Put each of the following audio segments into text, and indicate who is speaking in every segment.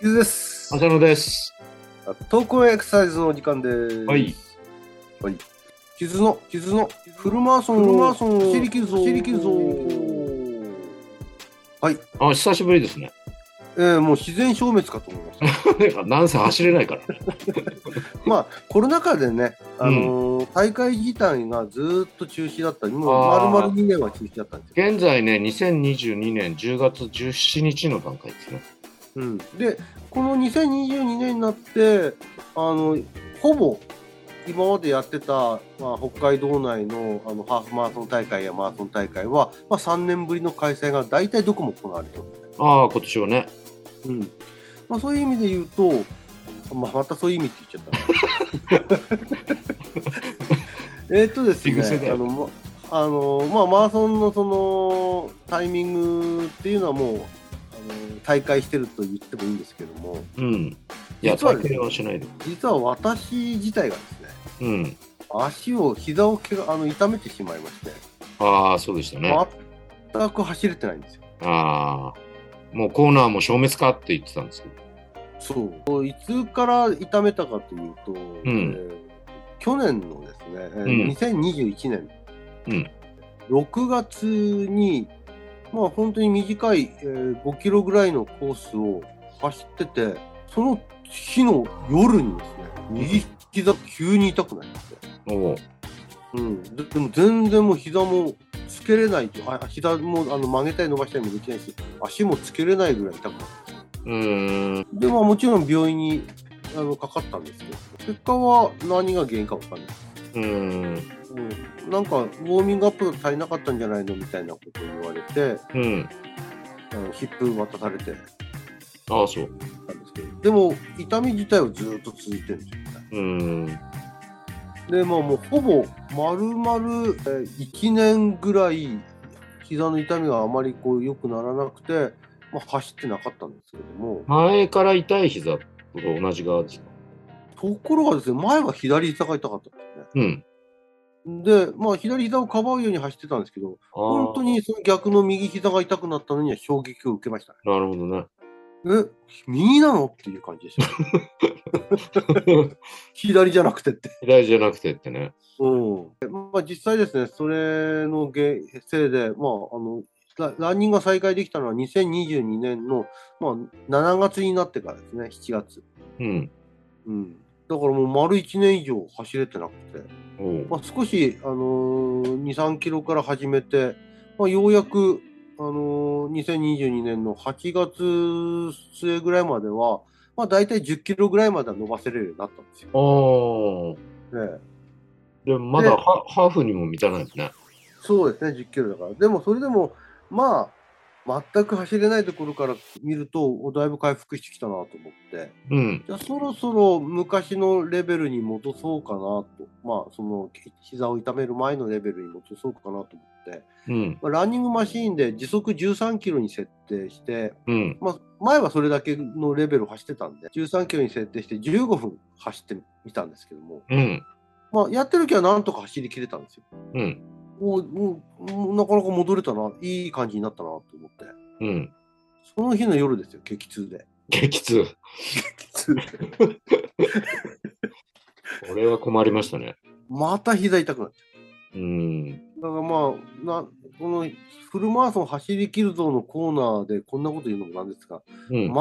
Speaker 1: キズです。
Speaker 2: 浅野です。
Speaker 1: 投稿エクササイズのお時間です。
Speaker 2: はい。
Speaker 1: はい。キズの、キズの、フルマラソン、
Speaker 2: フルマラソン
Speaker 1: 走り切るぞ、
Speaker 2: 走り切るぞ
Speaker 1: はい。
Speaker 2: あ、久しぶりですね。
Speaker 1: えー、もう自然消滅かと思いました。
Speaker 2: なんかなんせ走れないからね。
Speaker 1: まあ、コロナ禍でね、あのー大会自体がずーっと中止だったり、も
Speaker 2: あ
Speaker 1: う
Speaker 2: ー
Speaker 1: 丸々2年は中止だったんですよ。
Speaker 2: 現在ね、2022年10月17日の段階ですね。
Speaker 1: うん、で、この2022年になって、あの、ほぼ、今までやってた、まあ、北海道内のあのハーフマラソン大会やマラソン大会は、まあ、3年ぶりの開催が大体どこも行われてる、
Speaker 2: ああ、今年はね。
Speaker 1: うんまあ、そういう意味で言うと、まあ、またそういう意味って言っちゃ った。えーっとです
Speaker 2: 口癖だ
Speaker 1: ね、
Speaker 2: よ
Speaker 1: あの、まあのまあ、マラソンのそのタイミングっていうのはもう、あの大会してると言ってもいいんですけども、
Speaker 2: うん。いや、
Speaker 1: 実は
Speaker 2: 体
Speaker 1: ね
Speaker 2: 験はしないで。
Speaker 1: 実は私自体がですね
Speaker 2: うん。
Speaker 1: 足を膝をけがあの痛めてしまいまして、
Speaker 2: ああ、そうでしたね。
Speaker 1: 全く走れてないんですよ
Speaker 2: ああ。もうコーナーも消滅かって言ってたんですけど。
Speaker 1: そういつから痛めたかというと、
Speaker 2: ん
Speaker 1: えー去年のですね、え
Speaker 2: うん
Speaker 1: ー2021年、
Speaker 2: うん
Speaker 1: 6月にまあ本当に短い、えー5キロぐらいのコースを走っててその日の夜にですね右膝急に痛くなりまして
Speaker 2: おお。
Speaker 1: うん、ででも全然もう膝もつけれないとあ膝もあの曲げたり伸ばしたりもできないし足もつけれないぐらい痛くなる
Speaker 2: うーん。
Speaker 1: でまあもちろん病院にあのかかったんですけど結果は何が原因かわかんないう
Speaker 2: ーん。
Speaker 1: うん、なんかウォーミングアップが足りなかったんじゃないのみたいなことを言われて
Speaker 2: うん。
Speaker 1: あのヒップ渡されて
Speaker 2: ああ、そう。
Speaker 1: たんですけどでも痛み自体はずっと続いてるんですよね
Speaker 2: うーん。
Speaker 1: でまあもうほぼ丸々えー1年ぐらい膝の痛みがあまりこう良くならなくて、まあ、走ってなかったんですけども
Speaker 2: 前から痛い膝と同じ側ですか。
Speaker 1: ところがですね前は左膝が痛かったんで
Speaker 2: う
Speaker 1: すね
Speaker 2: ん。
Speaker 1: でまあ左膝をかばうように走ってたんですけど
Speaker 2: ああ。
Speaker 1: 本当にその逆の右膝が痛くなったのには衝撃を受けましたね
Speaker 2: なるほどね。
Speaker 1: え右なのっていう感じでした左じゃなくてって
Speaker 2: 嫌いじゃなくてってね。
Speaker 1: うんまあ、実際ですね、それのげせいで、まああのラ、ランニングが再開できたのは2022年の、まあ、7月になってからですね、7月。
Speaker 2: うん。
Speaker 1: うん、だからもう丸1年以上走れてなくて、
Speaker 2: おう
Speaker 1: まあ、少し、あのー2、3キロから始めて、まあ、ようやく、あのー2022年の8月末ぐらいまでは、まあ、大体10キロぐらいまでは伸ばせれるようになったんですよ。
Speaker 2: ああ。
Speaker 1: ね
Speaker 2: でもまだハハーフにも満たないですね。
Speaker 1: そうですね、10キロだから。でも、それでも、まあ、全く走れないところから見ると、おだいぶ回復してきたなと思って、
Speaker 2: うん。
Speaker 1: じゃあそろそろ昔のレベルに戻そうかなと、まあ、その膝を痛める前のレベルに戻そうかなと思って、
Speaker 2: うん。
Speaker 1: まあランニングマシーンで時速13キロに設定して、
Speaker 2: うん。
Speaker 1: まあ、前はそれだけのレベルを走ってたんで、13キロに設定して15分走ってみたんですけども、
Speaker 2: うん。
Speaker 1: まあ、やってる時はなんとか走り切れたんですよ。
Speaker 2: うん。
Speaker 1: おもうもうなかなか戻れたな、いい感じになったなと思って、
Speaker 2: うん。
Speaker 1: その日の夜ですよ、激痛で。
Speaker 2: 激痛。
Speaker 1: 激痛で
Speaker 2: これは困りましたね。
Speaker 1: また膝痛くなっちゃ
Speaker 2: うん。
Speaker 1: う。だからまあ、なこのフルマラソン走り切るぞのコーナーでこんなこと言うのもなんですが、
Speaker 2: うん。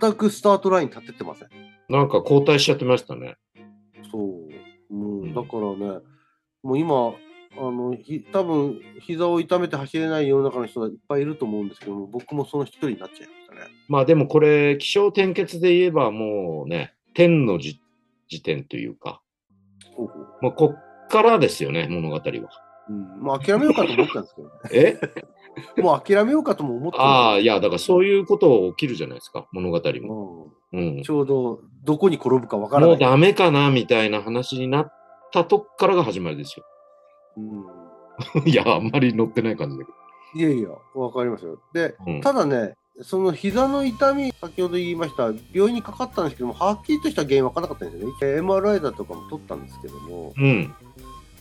Speaker 1: 全くスタートライン立ててません。
Speaker 2: なんか交代しちゃってましたね。
Speaker 1: そう。う、
Speaker 2: うんん
Speaker 1: だからね、もう今、あのひ多分膝を痛めて走れない世の中の人がいっぱいいると思うんですけども、僕もその一人になっちゃいましたね。
Speaker 2: まあでもこれ、気象転結で言えばもうね、天のじ時点というか、
Speaker 1: ほうほう
Speaker 2: もうこっからですよね、物語は。
Speaker 1: うん、まあ諦めようかと思ったんですけどね。
Speaker 2: え
Speaker 1: もう諦めようかとも思ってた
Speaker 2: ああ、いや、だからそういうこと起きるじゃないですか、物語も。
Speaker 1: う
Speaker 2: うん
Speaker 1: ん、ち。ょうどどこに転ぶかわから
Speaker 2: もう
Speaker 1: ない。
Speaker 2: ダメかな、みたいな話になったとこからが始まりですよ。
Speaker 1: うん、
Speaker 2: いや、あんまり乗ってない感じだけど。
Speaker 1: いやいや、わかりますよ。で、
Speaker 2: うん
Speaker 1: ただね、その膝の痛み、先ほど言いました、病院にかかったんですけども、はっきりとした原因分からなかったんですよね。えー MRI だとかも取ったんですけども、
Speaker 2: うん。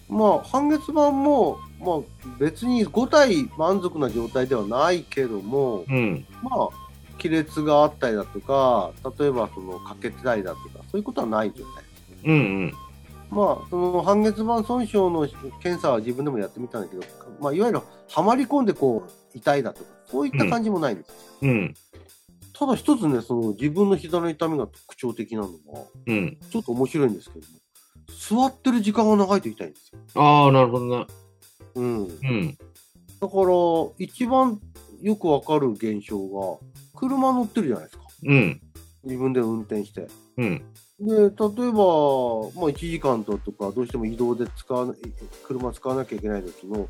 Speaker 1: まあ、半月板も、まあ、別に5体満足な状態ではないけども、
Speaker 2: うん。
Speaker 1: まあ、亀裂があったりだとか、例えばその欠けてたりだとか、そういうことはない状態ですね。
Speaker 2: うんうん。
Speaker 1: まあ、その半月板損傷の検査は自分でもやってみたんだけど、まあ、いわゆるはまり込んでこう痛いだとか、そういった感じもないんですよ。
Speaker 2: うん。
Speaker 1: ただ一つね、その自分の膝の痛みが特徴的なのは、
Speaker 2: うん。
Speaker 1: ちょっと面白いんですけども、座ってる時間が長いと痛いんですよ。
Speaker 2: ああ、なるほどね。
Speaker 1: うん。だか
Speaker 2: うん。
Speaker 1: ら、一番よくわかる現象が、車乗ってるじゃないですか。
Speaker 2: うん。
Speaker 1: 自分で運転して。
Speaker 2: うん。
Speaker 1: で、例えば、まあ1時間だとか、どうしても移動で使わな車使わなきゃいけない時の、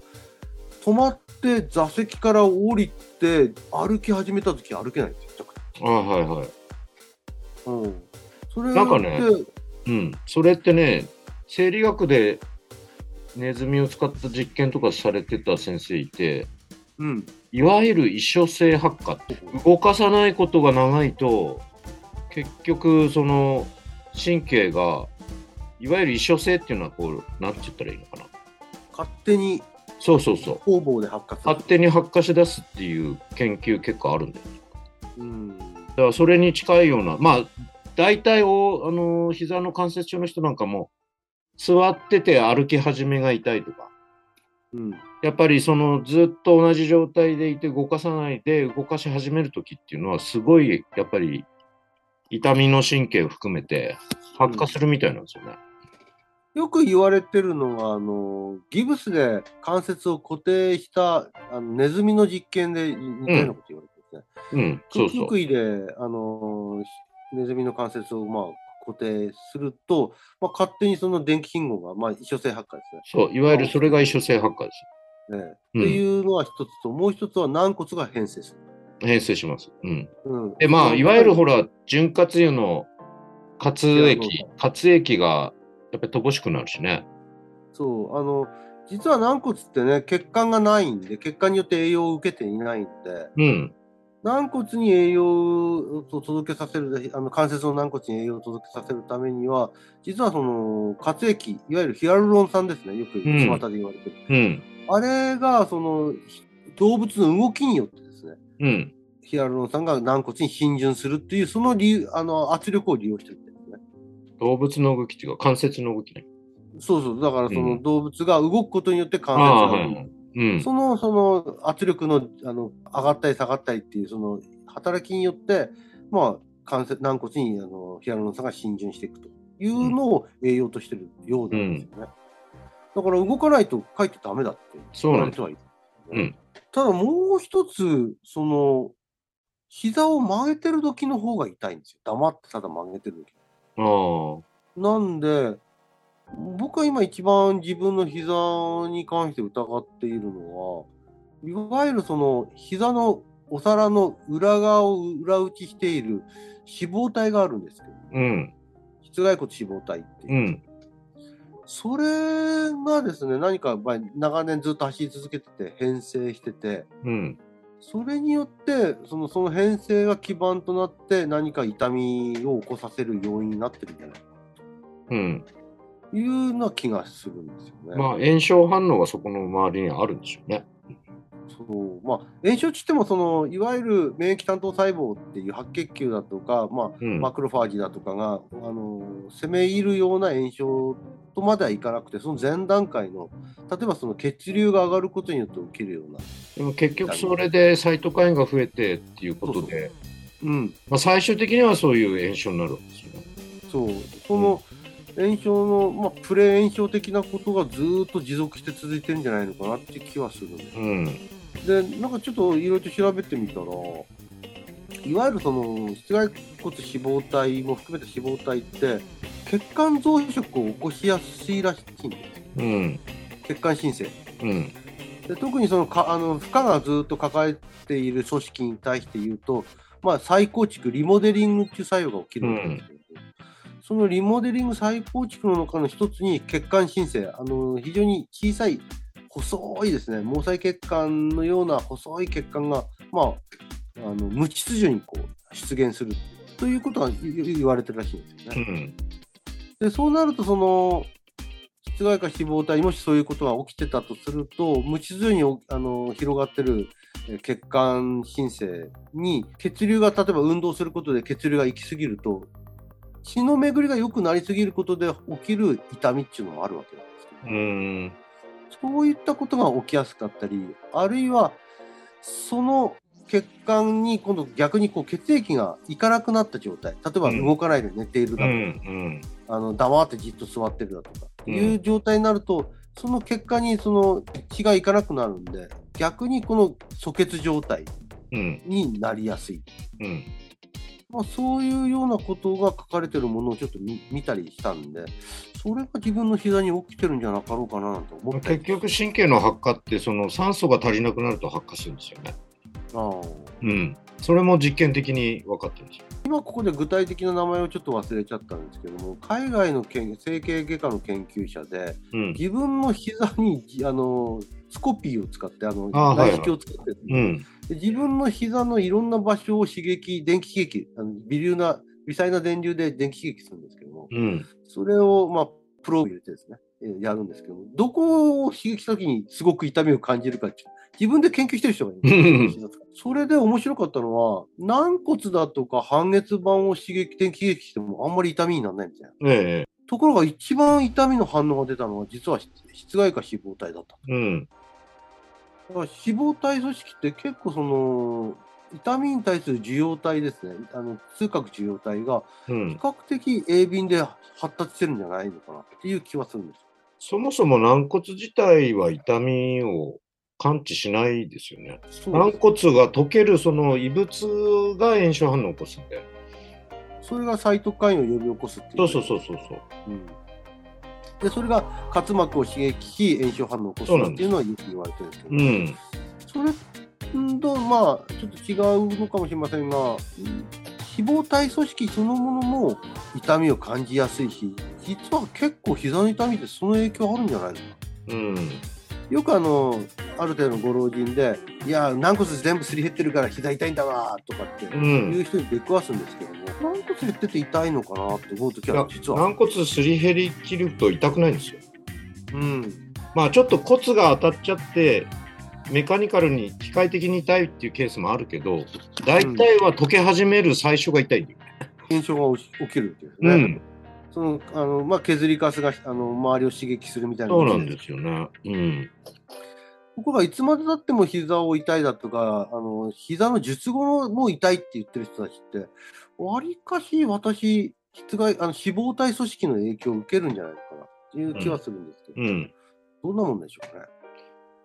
Speaker 1: 止まって座席から降りて歩き始めた時歩けないんですよ。
Speaker 2: ああ、はいはい。
Speaker 1: うん。それ
Speaker 2: なんかね
Speaker 1: って
Speaker 2: うん、それってね、生理学でネズミを使った実験とかされてた先生いて、
Speaker 1: うん。
Speaker 2: いわゆる異所性発火って、動かさないことが長いと、結局、その神経が、いわゆる異所性っていうのは、こう、なんて言ったらいいのかな。
Speaker 1: 勝手に
Speaker 2: そうそうそ
Speaker 1: 方
Speaker 2: う。
Speaker 1: 々で発火する
Speaker 2: 勝手に発火し出すっていう研究結果あるんだよ。
Speaker 1: うん
Speaker 2: だからそれに近いような、まあ、大体お、あの、膝の関節症の人なんかも、座ってて歩き始めが痛いとか、
Speaker 1: うん
Speaker 2: やっぱりそのずっと同じ状態でいて動かさないで動かし始めるときっていうのはすごいやっぱり痛みの神経を含めて発火するみたいなんですよね。
Speaker 1: よく言われてるのはあのギブスで関節を固定したあのネズミの実験で似たようなこと言われてるんですね。
Speaker 2: うん、そう
Speaker 1: 空
Speaker 2: そう
Speaker 1: 腹。位であのネズミの関節を、まあ、固定すると、まあ、勝手にその電気信号が、まあ、異所性発火で
Speaker 2: そう、いわゆるそれが異所性発火です。
Speaker 1: すね。ええ
Speaker 2: うん
Speaker 1: っていうのは一つと、もう一つは軟骨が変性す
Speaker 2: 変性します。うん。
Speaker 1: る。うん、
Speaker 2: で、まあ、いわゆるほら、潤滑油の活液、活液がやっぱり乏しくなるしね。
Speaker 1: そう、あの、実は軟骨ってね、血管がないんで、血管によって栄養を受けていないんで、
Speaker 2: うん。
Speaker 1: 軟骨に栄養を届けさせる、あの関節の軟骨に栄養を届けさせるためには、実はその活液、いわゆるヒアルロン酸ですね、よく巷
Speaker 2: ん
Speaker 1: で言われてる。
Speaker 2: うん。
Speaker 1: あれが、そのひ動物の動きによってですね、
Speaker 2: うん。
Speaker 1: ヒアルロン酸が軟骨に浸潤するっていう、その理由、あの圧力を利用してるんですね。
Speaker 2: 動物の動きっていうか、関節の動きね。
Speaker 1: そうそう、だからそうの
Speaker 2: ん
Speaker 1: 動物が動くことによって関節
Speaker 2: あ
Speaker 1: が
Speaker 2: あ、は
Speaker 1: 動
Speaker 2: い
Speaker 1: く
Speaker 2: はい。うん。
Speaker 1: そのその圧力のあの上がったり下がったりっていうその働きによって、まあ、関節軟骨にあのヒアルロン酸が浸潤していくというのを栄養としてるようなんですよね。だから動かないとかえってダメだって
Speaker 2: そう
Speaker 1: 言
Speaker 2: な
Speaker 1: われ
Speaker 2: んで
Speaker 1: てはいる。
Speaker 2: うん
Speaker 1: ただもう一つその膝を曲げてる時の方が痛いんですよ。黙ってただ曲げてる時。
Speaker 2: す。ああ。
Speaker 1: なんで、僕は今一番自分の膝に関して疑っているのは、いわゆるその膝のお皿の裏側を裏打ちしている脂肪体があるんですけど、
Speaker 2: うん。
Speaker 1: 室外骨脂肪体っていうう。
Speaker 2: ん。
Speaker 1: それがですね、何かまあ長年ずっと走り続けてて変性してて、
Speaker 2: うん。
Speaker 1: それによってそのその変性が基盤となって何か痛みを起こさせる要因になってるんじゃないか
Speaker 2: うん。
Speaker 1: というような気がするんですよね。
Speaker 2: まあ、炎症反応がそこの周りにあるんでしょうね。
Speaker 1: そうまあ、炎症値ってもそのいわゆる免疫担当細胞っていう白血球だとか、ま
Speaker 2: う
Speaker 1: あ、
Speaker 2: ん。
Speaker 1: マクロファージだとかが、あの攻め入るような炎症とまではいかなくてその前段階の例えばその血流が上がることによって起きるような、
Speaker 2: でも結局それでサイトカインが増えてっていうことで、
Speaker 1: うん、
Speaker 2: まあ、最終的にはそういう炎症になるわけですよね。
Speaker 1: そうその炎症の、まあ、プレ炎症的なことがずーっと持続して続いてるんじゃないのかなって気はするんです
Speaker 2: うん。
Speaker 1: でなんかちょっといろいろと調べてみたらいわゆるその室外骨脂肪体も含めた脂肪体って血管増殖を起こしやすいらしいんですよ
Speaker 2: うん。
Speaker 1: 血管新生
Speaker 2: うん。
Speaker 1: で特にそのかあの負荷がずっと抱えている組織に対して言うと、まあ、再構築リモデリングっていう作用が起きるんですけど、そのリモデリング再構築の中の一つに血管新生あの非常に小さい細いですね毛細血管のような細い血管が、まあ、あの無秩序にこう出現するということがいい言われてるらしいんですよ
Speaker 2: う
Speaker 1: ね。
Speaker 2: ん。
Speaker 1: でそうなるとその室外化死亡体もしそういうことが起きてたとすると無秩序におあの広がってるえー血管新生に血流が例えば運動することで血流が行き過ぎると血の巡りが良くなりすぎることで起きる痛みっていうのもあるわけなんですけど。
Speaker 2: うん。
Speaker 1: そういったことが起きやすかったり、あるいはその血管に今度逆にこう血液がいかなくなった状態、例えば
Speaker 2: うん
Speaker 1: 動かないで寝ているだ
Speaker 2: う
Speaker 1: とか、
Speaker 2: ん。
Speaker 1: あの黙ってじっと座ってるだとか、
Speaker 2: うん
Speaker 1: いう状態になると、その血管にその血がいかなくなるんで、逆にこの疎結状態
Speaker 2: うん。
Speaker 1: になりやすい。
Speaker 2: うん。
Speaker 1: まあ、そういうようなことが書かれてるものをちょっと見見たりしたんで、それが自分の膝に起きてるんじゃなかろうかなと思って。
Speaker 2: 結局、神経の発火って、その酸素が足りなくなると発火するんですよね。
Speaker 1: あー
Speaker 2: うん。それも実験的に分かってるんですよ。
Speaker 1: 今ここで具体的な名前をちょっと忘れちゃったんですけども海外の研整形外科の研究者で
Speaker 2: うん。
Speaker 1: 自分の膝にじあのスコピーを使ってあの
Speaker 2: あーはい
Speaker 1: 内視鏡を使って、
Speaker 2: うん。
Speaker 1: で自分の膝のいろんな場所を刺激電気刺激あの微粒な微細な電流で電気刺激するんですけども
Speaker 2: うん。
Speaker 1: それを、まあ、プローブ入れてですねえーやるんですけどもどこを刺激した時にすごく痛みを感じるかっていう自分で研究してる人がいる
Speaker 2: うん。
Speaker 1: それで面白かったのは、軟骨だとか半月板を刺激的刺激してもあんまり痛みにならないみたいな。
Speaker 2: ええ。
Speaker 1: ところが一番痛みの反応が出たのは、実は室室外化脂肪体だった。
Speaker 2: うん。
Speaker 1: だから脂肪体組織って結構その、痛みに対する受容体ですね。あの、痛覚受容体が
Speaker 2: う
Speaker 1: 比
Speaker 2: ん。
Speaker 1: 較的鋭敏で発達してるんじゃないのかなっていう気はするんです。
Speaker 2: そもそも軟骨自体は痛みを感知しないですよね。
Speaker 1: そう
Speaker 2: 軟
Speaker 1: です
Speaker 2: 骨が溶けるその異物が炎症反応を起こすんで。
Speaker 1: それがサイトカインを呼び起こすっていう。
Speaker 2: そうそうそうそうそう。
Speaker 1: うんでそれが滑膜を刺激し炎症反応を起こすっていうのはよく言われてるんですけど、
Speaker 2: う
Speaker 1: そ
Speaker 2: ん。
Speaker 1: れうんとまあちょっと違うのかもしれませんがうん脂肪体組織そのものも痛みを感じやすいし実は結構膝の痛みってその影響あるんじゃないのか
Speaker 2: うん。
Speaker 1: よくあのある程度のご老人で「いや軟骨全部すり減ってるから膝痛いんだわ」とかって
Speaker 2: う
Speaker 1: い
Speaker 2: ん。
Speaker 1: う人に出くわすんですけども軟骨減ってて痛いのかなって思う時
Speaker 2: いや
Speaker 1: は実は
Speaker 2: 軟骨すり減り切ると痛くないんですよ。
Speaker 1: うん
Speaker 2: まあちょっとコツが当たっちゃって、メカニカルに機械的に痛いっていうケースもあるけど、大体は溶け始める最初が痛いんだよね。
Speaker 1: 炎症が起き起きるっていうね。
Speaker 2: うん。
Speaker 1: そのあのまあ、削りカスがあの周りを刺激するみたいな
Speaker 2: そうなん
Speaker 1: す
Speaker 2: ですよね。うん。
Speaker 1: ところがいつまでたっても膝を痛いだとかあの膝の術後のもう痛いって言ってる人たちってわりかし私室外あの脂肪体組織の影響を受けるんじゃないのかなっていう気はするんですけど、
Speaker 2: うん。
Speaker 1: どんなもんでしょうね。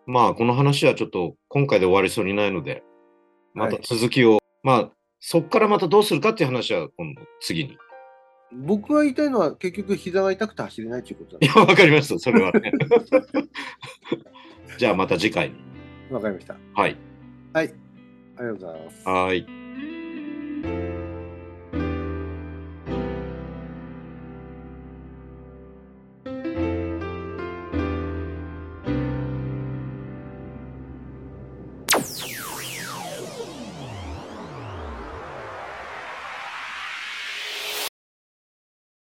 Speaker 2: まあ、この話はちょっと今回で終わりそうにないので、また
Speaker 1: はい
Speaker 2: 続きを、まあ、そこからまたどうするかっていう話は今度、次に。
Speaker 1: 僕が言いたいのは結局膝が痛くて走れないっていうことなんで
Speaker 2: いや、わかりました、それはね。じゃあまた次回に。
Speaker 1: わかりました。
Speaker 2: はい。
Speaker 1: はい。ありがとうございます。
Speaker 2: はい。